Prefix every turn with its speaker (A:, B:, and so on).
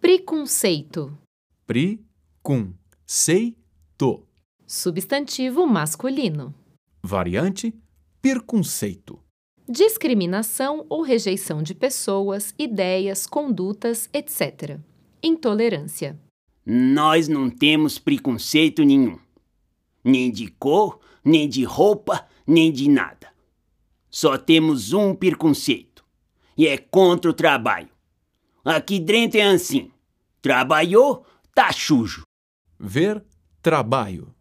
A: Preconceito.
B: Pri, cum, sei, to.
A: Substantivo masculino.
B: Variante, perconceito.
A: Discriminação ou rejeição de pessoas, ideias, condutas, etc. Intolerância.
C: Nós não temos preconceito nenhum. Nem de cor, nem de roupa, nem de nada. Só temos um preconceito. E é contra o trabalho. Aqui dentro é assim. Trabalhou, tá sujo.
B: Ver, trabalho.